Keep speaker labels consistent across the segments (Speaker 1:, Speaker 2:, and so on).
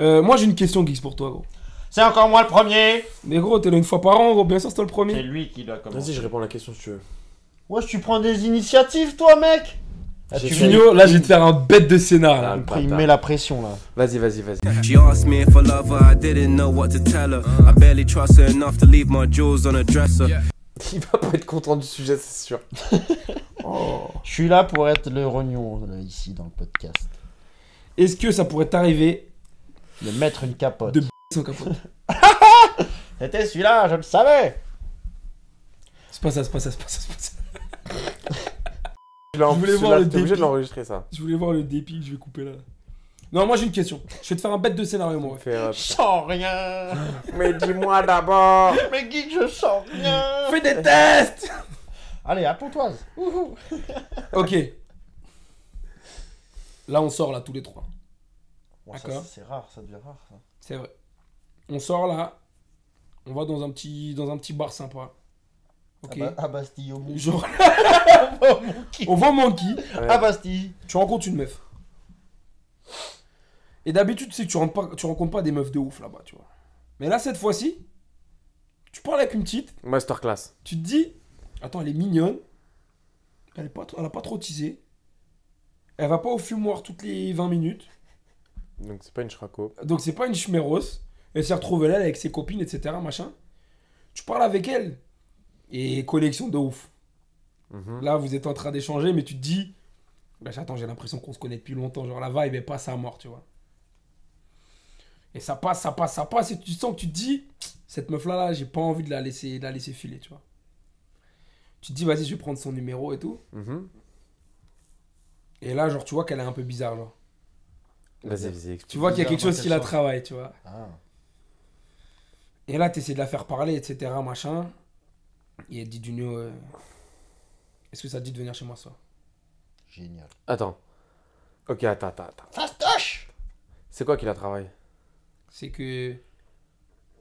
Speaker 1: Euh, moi, j'ai une question, Geeks, pour toi, gros.
Speaker 2: C'est encore moi le premier
Speaker 1: Mais gros, t'es là une fois par an, gros. Bien sûr, c'est toi le
Speaker 2: C'est
Speaker 1: premier.
Speaker 2: lui qui doit
Speaker 3: Vas-y,
Speaker 2: commencer.
Speaker 3: je réponds à la question si tu veux.
Speaker 2: Ouais, tu prends des initiatives, toi, mec Ah,
Speaker 3: J'ai
Speaker 2: tu
Speaker 3: fait-
Speaker 2: finis-
Speaker 1: Finio, là, je vais te faire un bête de scénar, là.
Speaker 3: Ah, le
Speaker 2: Il
Speaker 3: bâtard.
Speaker 2: met la pression, là.
Speaker 3: Vas-y, vas-y, vas-y.
Speaker 4: She asked me if I love her, I didn't know what to tell her. I barely trust her enough to leave my jewels on her dresser.
Speaker 3: Il va pas être content du sujet, c'est sûr.
Speaker 2: Je suis là pour être le rognon, là, ici, dans le podcast.
Speaker 1: Est-ce que ça pourrait t'arriver
Speaker 2: De mettre une capote.
Speaker 1: De- sans capote
Speaker 2: C'était celui-là, je le savais
Speaker 1: C'est pas ça, c'est pas ça, c'est pas ça, c'est pas ça.
Speaker 3: Je l'ai en
Speaker 1: Je
Speaker 3: plus,
Speaker 1: voulais voir
Speaker 3: celui-là,
Speaker 1: le
Speaker 3: t'es obligé
Speaker 1: débit.
Speaker 3: de l'enregistrer ça.
Speaker 1: Je voulais voir le dépit, je vais couper là. Non, moi j'ai une question. Je vais te faire un bête de scénario, mon ref.
Speaker 3: Fais, euh,
Speaker 2: Je sens rien
Speaker 3: Mais dis-moi d'abord
Speaker 2: Mais Geek, je sens rien
Speaker 1: Fais des tests
Speaker 2: Allez, à Pontoise Ouhou.
Speaker 1: Ok. Là, on sort là, tous les trois.
Speaker 2: Bon, ça,
Speaker 1: D'accord.
Speaker 2: C'est rare, ça devient rare, ça.
Speaker 1: C'est vrai. On sort là. On va dans un petit, dans un petit bar sympa. Ok.
Speaker 2: Ah bah- ah, Bastille, au monde.
Speaker 1: Genre,
Speaker 2: Oh, mon kiff.
Speaker 1: on va au Monkey.
Speaker 3: Ouais.
Speaker 2: Ah, Bastille
Speaker 1: Tu rencontres une meuf. Et d'habitude, tu sais que tu, rentres pas, tu rencontres pas des meufs de ouf là-bas, tu vois. Mais là, cette fois-ci, tu parles avec une petite.
Speaker 3: Masterclass.
Speaker 1: tu te dis, attends, elle est mignonne, elle, est pas, trop- elle a pas trop teasé, elle va pas au fumoir toutes les 20 minutes,
Speaker 3: Donc c'est pas une Shrako.
Speaker 1: donc c'est pas une chiméros, elle s'est retrouvée là avec ses copines, etc., machin. Tu parles avec elle, et collection de ouf.
Speaker 3: Mhm.
Speaker 1: Là, vous êtes en train d'échanger, mais tu te dis, bah, attends, j'ai l'impression qu'on se connaît depuis longtemps, genre la vibe, elle passe à mort, tu vois. Et ça passe, ça passe, ça passe, et tu sens que tu te dis, cette meuf-là, là, j'ai pas envie de la laisser, de la laisser filer, tu vois. Tu te dis, vas-y, je vais prendre son numéro et tout.
Speaker 3: Mhm.
Speaker 1: Et là, genre, tu vois qu'elle est un peu bizarre, genre.
Speaker 3: Vas-y, vas-y, explique.
Speaker 1: Tu vois qu'il y a
Speaker 2: Bizarre
Speaker 1: quelque
Speaker 2: dans
Speaker 1: chose qui
Speaker 2: quel
Speaker 1: la
Speaker 2: sens
Speaker 1: travaille, tu vois.
Speaker 2: Ah.
Speaker 1: Et là, t'essaies de la faire parler, etc., machin. Et elle dit, Duno, euh, est-ce que ça te dit de venir chez moi, ça
Speaker 2: Génial.
Speaker 3: Attends. Ok, attends, attends, attends.
Speaker 2: Fastoche
Speaker 3: C'est quoi qui la travaille
Speaker 1: C'est que.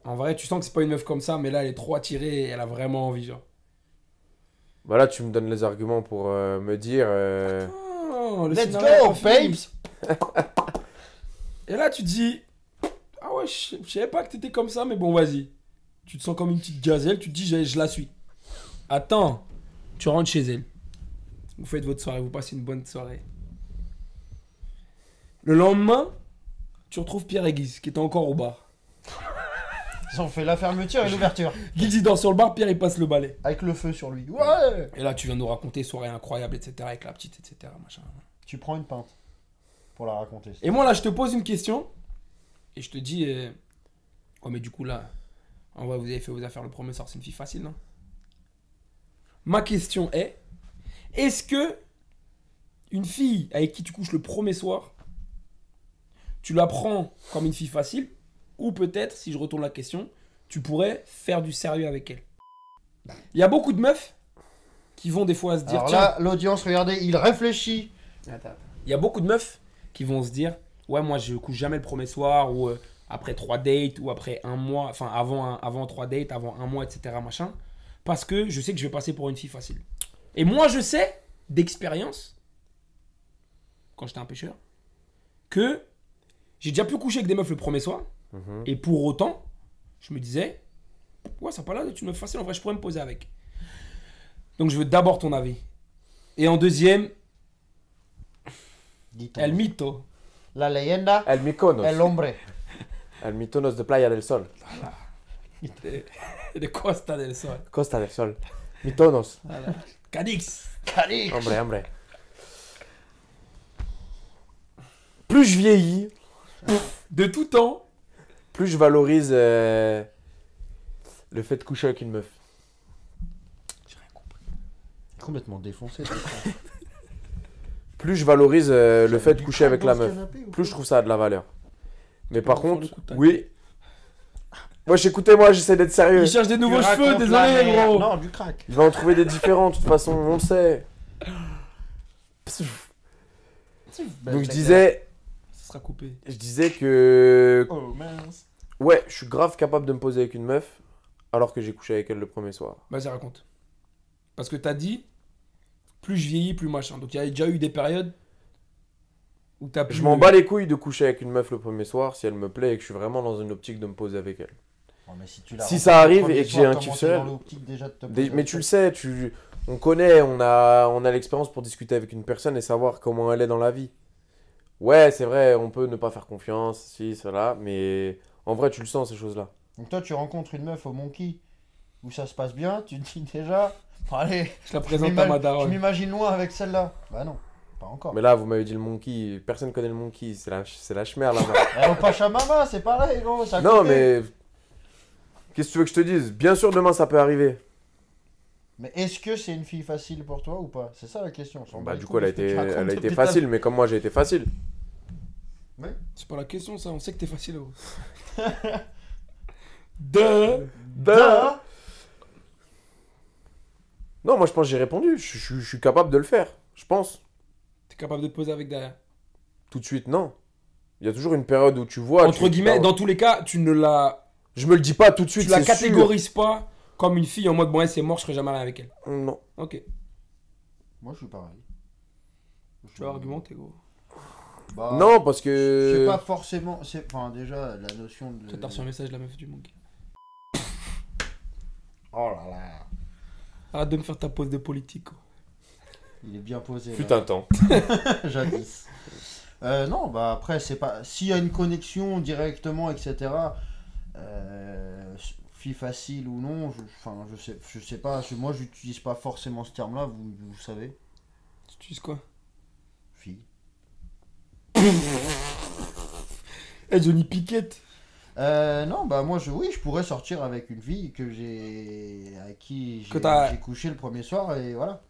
Speaker 1: En vrai, tu sens que c'est pas une meuf comme ça, mais là, elle est trop attirée et elle a vraiment envie, genre.
Speaker 3: Bah là, tu me donnes les arguments pour euh, me dire. euh,
Speaker 1: Oh, le
Speaker 2: Let's
Speaker 1: scénario est
Speaker 2: go,
Speaker 1: pas fini.
Speaker 2: babes
Speaker 1: Et là, tu te dis. Ah ouais, je je savais pas que t'étais comme ça, mais bon, vas-y. Tu te sens comme une petite gazelle, tu te dis, je, je la suis. Attends, tu rentres chez elle. Vous faites votre soirée, vous passez une bonne soirée. Le lendemain, tu retrouves Pierre et Guise, qui était encore au bar.
Speaker 2: Ils ont fait la fermeture et l'ouverture.
Speaker 1: Guise, il dort sur le bar, Pierre, il passe le balai.
Speaker 2: Avec le feu sur lui. Ouais
Speaker 1: Et là, tu viens de nous raconter soirée incroyable, etc., avec la petite, etc., machin.
Speaker 2: Tu prends une pinte pour la raconter.
Speaker 1: Et moi, là, je te pose une question et je te dis euh, Oh, mais du coup, là, en vrai, vous avez fait vos affaires le premier sort, c'est une fille facile, non Ma question est Est-ce que une fille avec qui tu couches le premier soir, tu la prends comme une fille facile Ou peut-être, si je retourne la question, tu pourrais faire du sérieux avec elle Il y a beaucoup de meufs qui vont des fois se dire
Speaker 2: Alors
Speaker 1: Tiens,
Speaker 2: là, l'audience, regardez, il réfléchit.
Speaker 1: il y a beaucoup de meufs qui vont se dire Ouais, moi je couche jamais le premier soir ou euh, après trois dates ou après un mois, enfin avant, un- avant trois dates, avant un mois, etc. Machin, parce que je sais que je vais passer pour une fille facile. Et moi je sais d'expérience, quand j'étais un pêcheur, que j'ai déjà pu coucher avec des meufs le premier soir
Speaker 3: mhm.
Speaker 1: et pour autant, je me disais Ouais, ça n'a pas l'air d'être une meuf facile, en vrai je pourrais me poser avec. Donc je veux d'abord ton avis. Et en deuxième,
Speaker 2: Dit-on.
Speaker 1: elle mytho.
Speaker 2: La leyenda,
Speaker 3: El Mykonos.
Speaker 2: el hombre.
Speaker 3: El Mykonos de Playa del Sol.
Speaker 1: de, de Costa del Sol.
Speaker 3: Costa del Sol. Mykonos.
Speaker 1: Cadix.
Speaker 2: Calix
Speaker 3: Hombre, hombre. Plus je vieillis,
Speaker 1: De tout temps.
Speaker 3: plus je valorise euh, le fait de coucher avec une meuf.
Speaker 2: Complètement défoncé. toi.
Speaker 3: Plus je valorise euh, le fait de coucher avec la
Speaker 2: Dans ce
Speaker 3: meuf.
Speaker 2: canapé ou
Speaker 3: plus je trouve ça a de la valeur. Mais par
Speaker 1: faire le
Speaker 3: contre,
Speaker 1: coup de tac.
Speaker 3: oui. Moi, j'écoutais, moi, j'essaie d'être sérieux.
Speaker 1: Il cherche des nouveaux
Speaker 2: Tu
Speaker 1: cheveux,
Speaker 2: racontes la
Speaker 1: désolé
Speaker 2: merde.
Speaker 1: gros.
Speaker 2: Non, du crack.
Speaker 3: Il va en trouver des différents, de toute façon, on le sait.
Speaker 2: Ben,
Speaker 3: Donc, je disais,
Speaker 1: Ça sera coupé.
Speaker 3: je disais que.
Speaker 2: Oh mince.
Speaker 3: Ouais, je suis grave capable de me poser avec une meuf, alors que j'ai couché avec elle le premier soir.
Speaker 1: Vas-y, raconte. Parce que t'as dit, plus je vieillis, plus machin. Donc il y a déjà eu des périodes Ou t'as plus
Speaker 3: Je m'en
Speaker 1: le-
Speaker 3: bats les couilles de coucher avec une meuf le premier soir si elle me plaît et que je suis vraiment dans une optique de me poser avec elle.
Speaker 2: Ouais, Oh, mais si tu la
Speaker 3: Si
Speaker 2: rencontres
Speaker 3: ça arrive
Speaker 2: le premier
Speaker 3: et que
Speaker 2: soir,
Speaker 3: j'ai un
Speaker 2: comment
Speaker 3: kiff
Speaker 2: t'es
Speaker 3: seul-
Speaker 2: dans l'optique déjà de te
Speaker 3: Des-
Speaker 2: poser
Speaker 3: mais tu le
Speaker 2: avec
Speaker 3: sais, tu, on connaît, on a, on a l'expérience pour discuter avec une personne et savoir comment elle est dans la vie. Ouais, c'est vrai, on peut ne pas faire confiance, si, cela, mais en vrai, tu le sens ces choses-là.
Speaker 2: elle. Donc toi, tu rencontres une meuf au Monkey où ça se passe bien, tu te dis déjà, bon, allez,
Speaker 1: Je la
Speaker 2: je
Speaker 1: présente à ma
Speaker 2: m'ima- je
Speaker 1: daronne.
Speaker 2: m'imagine loin avec celle-là. Bah non, pas encore.
Speaker 3: Mais là, vous m'avez dit le monkey, personne connaît le monkey, c'est la, ch- c'est la chmère là-bas.
Speaker 2: Eh, au Pachamama, c'est pareil, gros. c'est à
Speaker 3: non,
Speaker 2: côté.
Speaker 3: mais. Qu'est-ce que tu veux que je te dise Bien sûr, demain, ça peut arriver.
Speaker 2: Mais est-ce que c'est une fille facile pour toi ou pas C'est ça la question. on s'en bat
Speaker 3: Bah,
Speaker 2: les
Speaker 3: du coup,
Speaker 2: couilles
Speaker 3: elle a
Speaker 2: de ce que
Speaker 3: été,
Speaker 2: tu racontes
Speaker 3: elle a été
Speaker 2: depuis tout à
Speaker 3: facile, mais comme moi, j'ai été facile.
Speaker 1: C'est pas la question, ça. On sait que t'es facile, gros. Deux.
Speaker 2: l'heure.
Speaker 3: Bah Non, moi, je pense que j'ai répondu. Je, je- je suis capable de le faire, je pense.
Speaker 1: T'es capable de te poser avec derrière.
Speaker 3: Tout de suite, non. Il y a toujours une période où tu vois. tu
Speaker 1: Entre
Speaker 3: dis,
Speaker 1: guillemets,
Speaker 3: bah,
Speaker 1: dans tous les cas, tu ne la,
Speaker 3: Je me le dis pas tout de
Speaker 1: tu
Speaker 3: suite.
Speaker 1: la
Speaker 3: c'est sûr.
Speaker 1: catégorises pas comme une fille en mode bon, elle, c'est mort, je serai jamais rien avec elle.
Speaker 3: Non.
Speaker 1: Ok.
Speaker 2: Moi, je suis pareil.
Speaker 1: Tu vas argumenter, gros.
Speaker 2: Bah,
Speaker 3: Non, euh, parce
Speaker 2: C'est
Speaker 3: que.
Speaker 2: pas forcément. c'est- Enfin, déjà, la notion de.
Speaker 1: Ça t'a reçu un message de la meuf du monkey.
Speaker 2: Oh là là.
Speaker 1: Arrête de me faire ta pose de politique, gros.
Speaker 2: Il est bien posé. là.
Speaker 3: Putain de temps.
Speaker 2: Jadis. Euh, non, bah après, c'est pas. S'il y a une connexion directement, etc. Euh, fille facile ou non, je, enfin, je sais, je sais pas. Moi, j'utilise pas forcément ce terme-là, vous, vous savez.
Speaker 1: Tu utilises quoi
Speaker 2: Fille.
Speaker 1: Eh, Johnny Piquette
Speaker 2: Euh, non, bah moi, je, oui, je pourrais sortir avec une fille que j'ai. à qui j'ai
Speaker 1: Que t'as-
Speaker 2: j'ai couché le premier soir et voilà.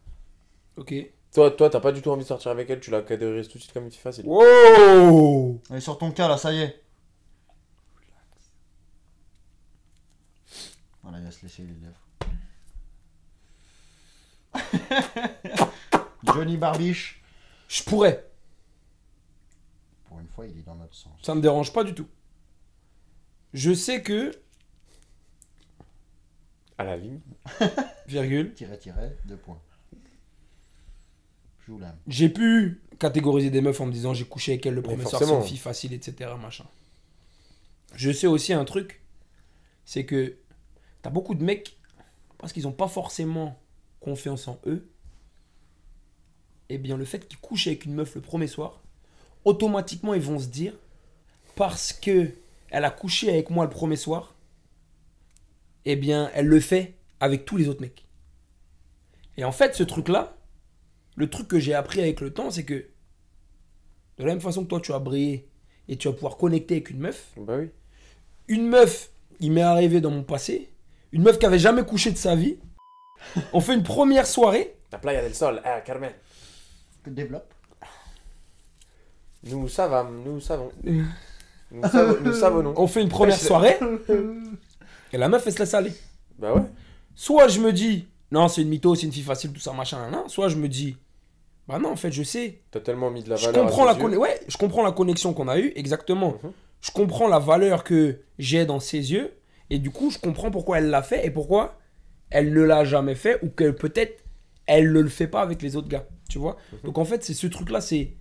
Speaker 1: Ok.
Speaker 3: Toi, toi, t'as pas du tout envie de sortir avec elle, tu la catégorises tout de suite comme une fille facile.
Speaker 1: Wow
Speaker 2: Allez, sur ton cas là, ça y est. Voilà, il va se laisser les lèvres. Johnny Barbiche.
Speaker 1: Je pourrais.
Speaker 2: Pour une fois, il est dans notre sens.
Speaker 1: Ça me dérange pas du tout. Je sais que.
Speaker 3: À la ligne.
Speaker 1: Virgule.
Speaker 2: Tiret, tiret, deux points. Je vous l'aime.
Speaker 1: J'ai pu catégoriser des meufs en me disant j'ai couché avec elle le
Speaker 3: Mais
Speaker 1: premier soir, c'est
Speaker 3: forcément.
Speaker 1: une fille facile, etc. Machin. Je sais aussi un truc, c'est que t'as beaucoup de mecs, parce qu'ils n'ont pas forcément confiance en eux, et bien le fait qu'ils couchent avec une meuf le premier soir, automatiquement ils vont se dire, parce que elle a couché avec moi le premier soir, et bien elle le fait avec tous les autres mecs. Et en fait ce truc-là, le truc que j'ai appris avec le temps, c'est que de la même façon que toi, tu as brillé et tu vas pouvoir connecter avec une meuf,
Speaker 3: Bah oui.
Speaker 1: une meuf, il m'est arrivé dans mon passé, une meuf qui avait jamais couché de sa vie, on fait une première soirée,
Speaker 3: La playa del sol, ah, Carmen.
Speaker 2: Développe.
Speaker 3: Nous savons, nous savons.
Speaker 1: Euh.
Speaker 3: Nous savons, nous savons.
Speaker 1: on fait une première soirée, et la meuf, elle se laisse aller.
Speaker 3: Bah ouais.
Speaker 1: Soit je me dis, non, c'est une mytho, c'est une fille facile, tout ça, machin, nan, nan. soit je me dis, bah non, en fait, je sais,
Speaker 3: T'as tellement mis de la
Speaker 1: je
Speaker 3: valeur. à
Speaker 1: comprends,
Speaker 3: tes
Speaker 1: la
Speaker 3: yeux.
Speaker 1: conne- ouais, je comprends la connexion qu'on a eue, exactement.
Speaker 3: Mhm.
Speaker 1: Je comprends la valeur que j'ai dans ses yeux, et du coup, je comprends pourquoi elle l'a fait et pourquoi elle ne l'a jamais fait, ou que peut-être elle ne le fait pas avec les autres gars, tu vois.
Speaker 3: Mhm.
Speaker 1: Donc en fait, c'est ce truc-là, c'est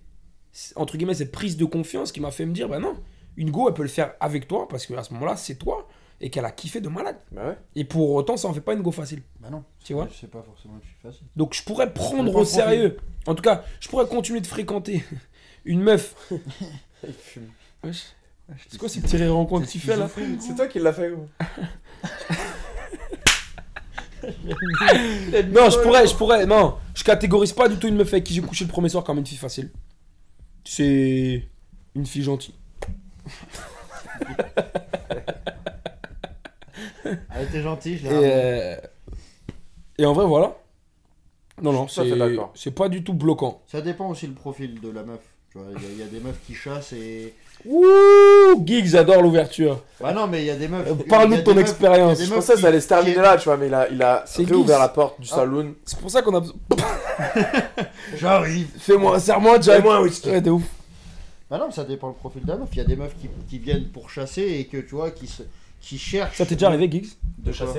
Speaker 1: c'est- entre guillemets cette prise de confiance qui m'a fait me dire, bah non, une go, elle peut le faire avec toi, parce qu'à ce moment-là, c'est toi, et qu'elle a kiffé de malade.
Speaker 3: Bah ouais.
Speaker 1: Et pour autant, ça en fait pas une go facile.
Speaker 2: Bah non.
Speaker 1: Tu vois
Speaker 2: C'est pas forcément que je suis facile.
Speaker 1: Donc je pourrais
Speaker 2: dépend
Speaker 1: prendre
Speaker 2: le
Speaker 1: au
Speaker 2: profil.
Speaker 1: sérieux. En tout cas, je pourrais continuer de fréquenter une meuf.
Speaker 3: Il fume.
Speaker 1: Wesh. C'est quoi ces petits rencontres que tu fais là
Speaker 3: C'est toi qui l'as fait, gros.
Speaker 1: Non, je pourrais, je pourrais, non. Je catégorise pas du tout une meuf avec qui j'ai couché le premier soir comme une fille facile. C'est une fille gentille.
Speaker 2: Allez, t'es gentil, je
Speaker 1: Et,
Speaker 2: l'ai ramené.
Speaker 1: euh, et en vrai, voilà. Non, non,
Speaker 3: Je suis tout à
Speaker 1: c'est
Speaker 3: fait d'accord.
Speaker 1: c'est pas du tout bloquant.
Speaker 2: Ça dépend aussi le profil de la meuf. Tu vois, il y a- il y, a des meufs qui chassent et.
Speaker 1: Ouh, Geeks adore l'ouverture.
Speaker 2: Bah non, mais il y a des meufs.
Speaker 1: Euh, Parle-nous
Speaker 2: il y
Speaker 1: de
Speaker 2: a
Speaker 1: ton
Speaker 2: des meufs-
Speaker 1: expérience.
Speaker 2: il y a
Speaker 3: Je
Speaker 2: des
Speaker 3: pensais que ça allait se terminer
Speaker 2: qui-
Speaker 3: là, tu vois, mais il a, il a
Speaker 1: C'est
Speaker 3: réouvert
Speaker 1: Guise.
Speaker 3: la porte du
Speaker 1: Ah.
Speaker 3: saloon.
Speaker 1: C'est pour ça qu'on a besoin.
Speaker 2: J'arrive.
Speaker 1: Fais-moi, serre-moi, Jack.
Speaker 3: Fais-moi un whisky.
Speaker 1: Ouais, t'es ouf.
Speaker 2: Bah non, mais ça dépend le profil de la meuf. Il y a des meufs qui, qui viennent pour chasser et que tu vois, qui, se, qui cherchent.
Speaker 1: Ça t'est déjà arrivé, Geeks
Speaker 2: de, quoi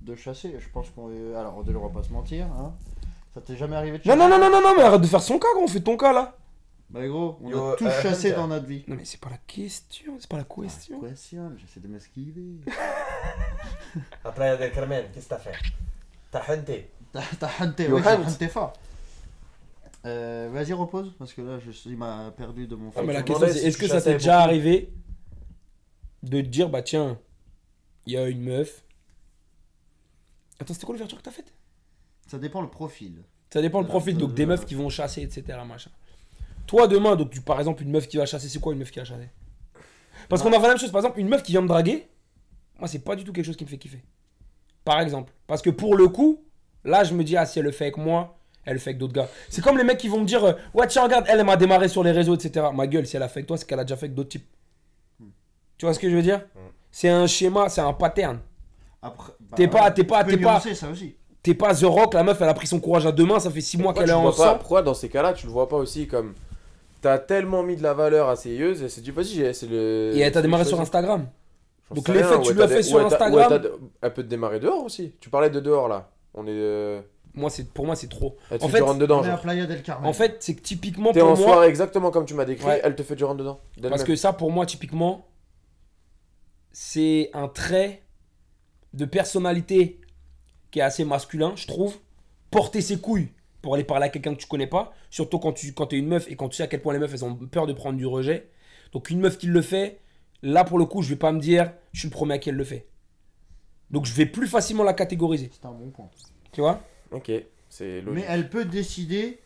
Speaker 2: De chasser, je pense qu'on est. Alors, on ne va pas se mentir. Hein. Ça t'est jamais arrivé de
Speaker 1: Non, non, non, non, non, non, mais arrête de faire son cas, gros. On fait ton cas là.
Speaker 2: Bah gros, on
Speaker 3: Yo,
Speaker 2: a tous
Speaker 3: euh,
Speaker 2: chassé
Speaker 3: Hunter.
Speaker 2: dans notre vie.
Speaker 1: Non mais c'est pas la question, c'est pas la question.
Speaker 2: Question, j'essaie de m'esquiver.
Speaker 5: À Praia del euh, Carmen, qu'est-ce que t'as fait T'as hunté.
Speaker 2: T'as t'as hunté,
Speaker 3: You
Speaker 2: ouais, j'ai
Speaker 3: hunt.
Speaker 2: hunté fort. Euh, Vas-y, repose, parce que là, je, il m'a perdu de mon
Speaker 1: Ah,
Speaker 2: fond.
Speaker 1: mais la
Speaker 3: Je me
Speaker 1: question
Speaker 3: demandais
Speaker 1: c'est
Speaker 3: si
Speaker 1: est-ce
Speaker 3: tu
Speaker 1: que ça
Speaker 3: chassais
Speaker 1: t'est déjà
Speaker 3: beaucoup.
Speaker 1: arrivé de te dire bah tiens, il y a une meuf. Attends, c'était quoi l'ouverture que t'as faite
Speaker 2: Ça dépend le profil.
Speaker 1: Ça dépend le
Speaker 2: Euh,
Speaker 1: profil, donc des
Speaker 2: euh,
Speaker 1: meufs qui vont chasser, etc. Machin. Toi demain, donc tu, par exemple, une meuf qui va chasser, c'est quoi une meuf qui va chasser Parce qu'on a fait la même chose, par exemple, une meuf qui vient me draguer, moi c'est pas du tout quelque chose qui me fait kiffer. Par exemple. Parce que pour le coup, là je me dis, ah si elle le fait avec moi, elle le fait avec d'autres gars. C'est comme les mecs qui vont me dire, euh, ouais tiens regarde, elle, elle m'a démarré sur les réseaux, etc. Ma gueule, si elle a fait avec toi, c'est qu'elle a déjà fait avec d'autres types.
Speaker 3: Hmm.
Speaker 1: Tu vois ce que je veux dire C'est un schéma, c'est un pattern.
Speaker 2: Après, bah,
Speaker 1: T'es pas- t'es
Speaker 2: tu
Speaker 1: pas-
Speaker 2: peux
Speaker 1: t'es pas-
Speaker 2: nuancer ça aussi.
Speaker 1: T'es pas The Rock, la meuf elle a pris son courage à deux mains, ça fait six mois
Speaker 3: Pourquoi
Speaker 1: qu'elle est
Speaker 3: tu le vois pas-
Speaker 1: ensemble.
Speaker 3: Pourquoi dans ces cas-là, tu le vois pas aussi comme. T'as tellement mis de la valeur à ces yeux, et c'est du vas-y, c'est le.
Speaker 1: Et elle t'a
Speaker 3: c'est
Speaker 1: démarré
Speaker 3: le
Speaker 1: sur
Speaker 3: choisi.
Speaker 1: Instagram.
Speaker 3: J'en
Speaker 1: Donc
Speaker 3: sais
Speaker 1: l'effet
Speaker 3: rien,
Speaker 1: que
Speaker 3: ouais,
Speaker 1: tu lui as
Speaker 3: t'as
Speaker 1: fait
Speaker 3: des-
Speaker 1: sur
Speaker 3: ouais, t'as- ouais,
Speaker 1: Instagram.
Speaker 3: t'as de- elle peut te démarrer dehors aussi. Tu parlais de dehors là. On est. euh,
Speaker 1: Moi, c'est pour moi, c'est trop.
Speaker 3: Elle te
Speaker 1: En
Speaker 3: fait
Speaker 1: fait,
Speaker 3: du rentre
Speaker 2: On
Speaker 3: dedans.
Speaker 2: est à
Speaker 3: genre.
Speaker 2: Playa del Carmen.
Speaker 1: En fait, c'est que typiquement
Speaker 3: T'es
Speaker 1: pour
Speaker 3: en
Speaker 1: moi,
Speaker 3: soirée exactement comme tu m'as décrit,
Speaker 1: Ouais.
Speaker 3: elle te fait du rentre dedans. d'elle-même.
Speaker 1: parce que ça, pour moi, typiquement, c'est un trait de personnalité qui est assez masculin, je trouve. Porter ses couilles pour aller parler à quelqu'un que tu connais pas, surtout quand tu quand es une meuf et quand tu sais à quel point les meufs elles ont peur de prendre du rejet. Donc une meuf qui le fait, là pour le coup, je vais pas me dire, je suis le premier à qui elle le fait. Donc je vais plus facilement la catégoriser,
Speaker 2: C'est un bon point.
Speaker 1: tu vois
Speaker 3: Ok, c'est
Speaker 2: Mais
Speaker 3: logique.
Speaker 2: elle peut décider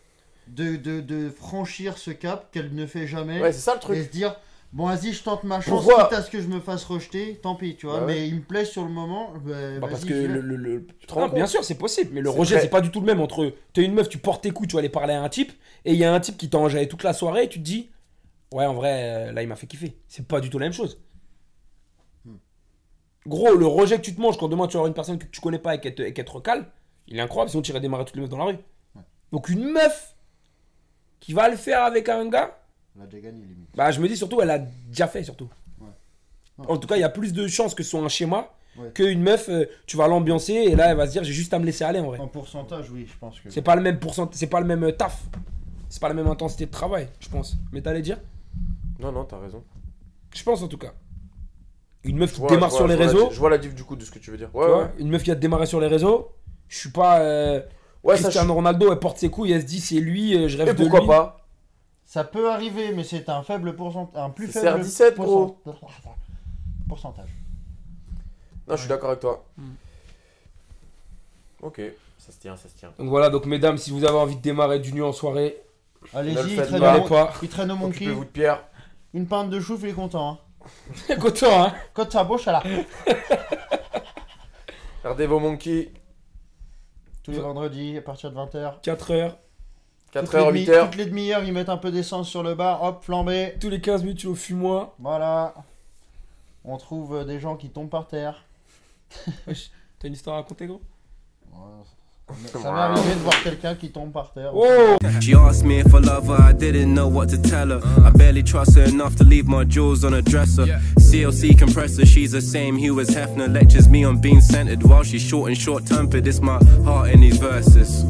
Speaker 2: de, de, de franchir ce cap qu'elle ne fait jamais
Speaker 3: Ouais, c'est ça le
Speaker 2: et
Speaker 3: truc.
Speaker 2: se dire Bon, vas-y, je tente ma chance,
Speaker 3: Pourquoi
Speaker 2: quitte à ce que je me fasse rejeter, tant pis, tu vois.
Speaker 3: Bah ouais.
Speaker 2: Mais il me plaît sur le moment. bah,
Speaker 1: Bah,
Speaker 2: vas-y,
Speaker 1: parce que
Speaker 2: j'y vais.
Speaker 1: le, le- le-
Speaker 3: te rends
Speaker 1: Non,
Speaker 3: compte
Speaker 1: bien sûr c'est possible mais le
Speaker 3: C'est
Speaker 1: rejet
Speaker 3: vrai.
Speaker 1: c'est pas du tout le même entre t'es une meuf tu portes tes couilles tu vas aller parler à un type et il y a un type qui t'a enjaillé toute la soirée et tu te dis ouais en vrai euh, là il m'a fait kiffer c'est pas du tout la même chose gros le rejet que tu te manges quand demain tu vas avoir une personne que tu connais pas et qu'elle te, et qu'elle te recale il est incroyable sinon tu irais démarrer toutes les meufs dans la rue donc une meuf qui va le faire avec un gars
Speaker 2: On a déjà gagné, limite.
Speaker 1: bah, je me dis surtout, elle a déjà fait, surtout.
Speaker 2: Ouais.
Speaker 1: En tout cas, il y a plus de chances que ce soit un schéma
Speaker 2: Ouais.
Speaker 1: qu'une meuf, euh, tu vas l'ambiancer et là, elle va se dire, j'ai juste à me laisser aller en vrai.
Speaker 2: En pourcentage, oui, je pense que.
Speaker 1: C'est pas le même pourcent, c'est pas le même euh, taf. C'est pas la même intensité de travail, je pense. Mais t'allais dire
Speaker 3: Non, non, t'as raison.
Speaker 1: Je pense en tout cas. Une meuf
Speaker 3: Je
Speaker 1: qui
Speaker 3: vois-
Speaker 1: démarre
Speaker 3: je
Speaker 1: sur
Speaker 3: vois-
Speaker 1: les
Speaker 3: je vois la
Speaker 1: réseaux,
Speaker 3: diff- Je vois la diff du coup de ce que tu veux dire. Ouais,
Speaker 1: tu vois,
Speaker 3: ouais.
Speaker 1: une meuf qui a démarré sur les réseaux, je suis pas. euh,
Speaker 3: Ouais, ça, je-
Speaker 1: Cristiano Ronaldo, elle porte ses couilles, elle se dit, c'est lui, euh, je rêve
Speaker 3: Et
Speaker 1: de lui.
Speaker 3: pourquoi pas
Speaker 2: Ça peut arriver, mais c'est un faible pourcentage. Un plus
Speaker 3: C'est
Speaker 2: faible
Speaker 3: CR17,
Speaker 2: pourcent-
Speaker 3: gros.
Speaker 2: pourcentage.
Speaker 3: Non, je suis d'accord avec toi.
Speaker 1: Mm.
Speaker 3: Ok, ça se tient, ça se tient.
Speaker 1: Donc voilà, donc mesdames, si vous avez envie de démarrer du nu en soirée,
Speaker 3: Ne le
Speaker 2: Allez-y, il,
Speaker 3: faites
Speaker 2: traîne au
Speaker 3: pas.
Speaker 1: n'allez
Speaker 2: mon-
Speaker 1: pas.
Speaker 2: il traîne au monkey.
Speaker 3: Occupez-vous de Pierre.
Speaker 2: Une pinte de choufle, il est content. Hein.
Speaker 1: Content, hein
Speaker 2: Quand ça bouche, elle a.
Speaker 3: Regardez vos monkeys.
Speaker 2: Tous les vendredis, à partir de 20h.
Speaker 1: 4 heures,
Speaker 3: 4h,
Speaker 2: demi-
Speaker 3: 8h.
Speaker 2: Toutes les demi-heures, ils mettent un peu d'essence sur le bar, hop, flambé.
Speaker 1: tous les 15 minutes, tu le fumois.
Speaker 2: Voilà. On trouve euh, des gens qui tombent par terre.
Speaker 1: Wesh, t'as une histoire à raconter, gros
Speaker 2: Ça m'est arrivé de voir quelqu'un qui tombe par terre.
Speaker 1: Oh
Speaker 4: She asked me if I love her, I didn't know what to tell her. I barely trust her enough to leave my jewels on a dresser. CLC compressor, she's the same hue as Hefner. Lectures me on being centered while she's short and short tempered. It's my heart in these verses.